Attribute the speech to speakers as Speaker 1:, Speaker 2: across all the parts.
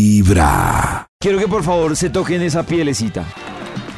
Speaker 1: Vibra.
Speaker 2: Quiero que por favor se toquen esa pielecita.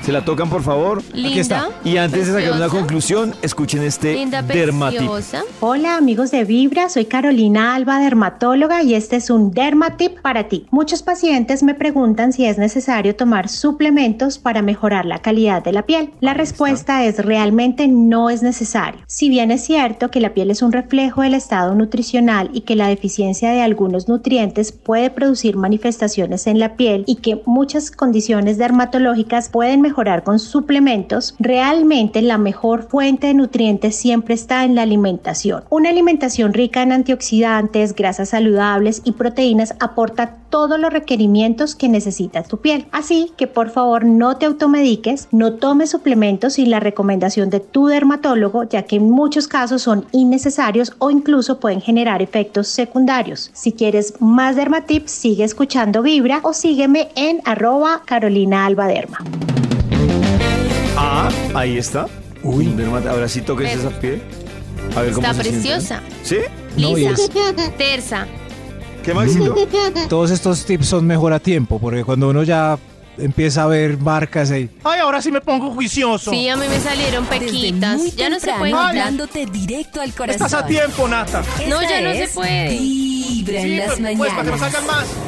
Speaker 2: Se la tocan por favor.
Speaker 3: Linda,
Speaker 2: Y antes de sacar una
Speaker 3: Preciosa.
Speaker 2: conclusión, escuchen este
Speaker 3: Linda
Speaker 2: dermatip.
Speaker 3: preciosa.
Speaker 4: Hola amigos de Vibra, soy Carolina Alba, dermatóloga y este es un dermatip para ti. Muchos pacientes me preguntan si es necesario tomar suplementos para mejorar la calidad de la piel. La respuesta es realmente no es necesario. Si bien es cierto que la piel es un reflejo del estado nutricional y que la deficiencia de algunos nutrientes puede producir manifestaciones en la piel y que muchas condiciones dermatológicas pueden mejorar con suplementos, realmente la mejor fuente de nutrientes siempre está en la alimentación. Una alimentación rica en antioxidantes, grasas saludables y proteínas aporta todos los requerimientos que necesita tu piel. Así que por favor no te automediques, no tomes suplementos sin la recomendación de tu dermatólogo, ya que en muchos casos son innecesarios o incluso pueden generar efectos secundarios. Si quieres más dermatips, sigue escuchando Vibra o sígueme en arroba Carolina Alba Derma.
Speaker 2: Ah, ahí está. Uy. Ahora sí toques
Speaker 3: Pero-
Speaker 2: esa piel. A ver cómo
Speaker 3: Está
Speaker 2: se siente. ¿eh?
Speaker 3: preciosa.
Speaker 2: ¿Sí?
Speaker 5: No, y
Speaker 3: Lisa,
Speaker 5: es-
Speaker 3: tersa.
Speaker 2: ¿Qué máximo?
Speaker 5: Todos estos tips son mejor a tiempo, porque cuando uno ya empieza a ver marcas eh, ahí.
Speaker 6: Ay, ahora sí me pongo juicioso.
Speaker 3: Sí, a mí me salieron
Speaker 7: Desde muy
Speaker 3: pequitas. Ya no se
Speaker 7: temprano,
Speaker 3: puede quitar.
Speaker 7: hablándote directo al corazón.
Speaker 6: Estás a tiempo, Nata.
Speaker 7: Esta
Speaker 3: No, ya no se
Speaker 7: es
Speaker 3: puede.
Speaker 7: Vibra en
Speaker 6: Sí,
Speaker 7: las
Speaker 6: pues, pues, para que no
Speaker 7: mañanas.
Speaker 6: salgan más.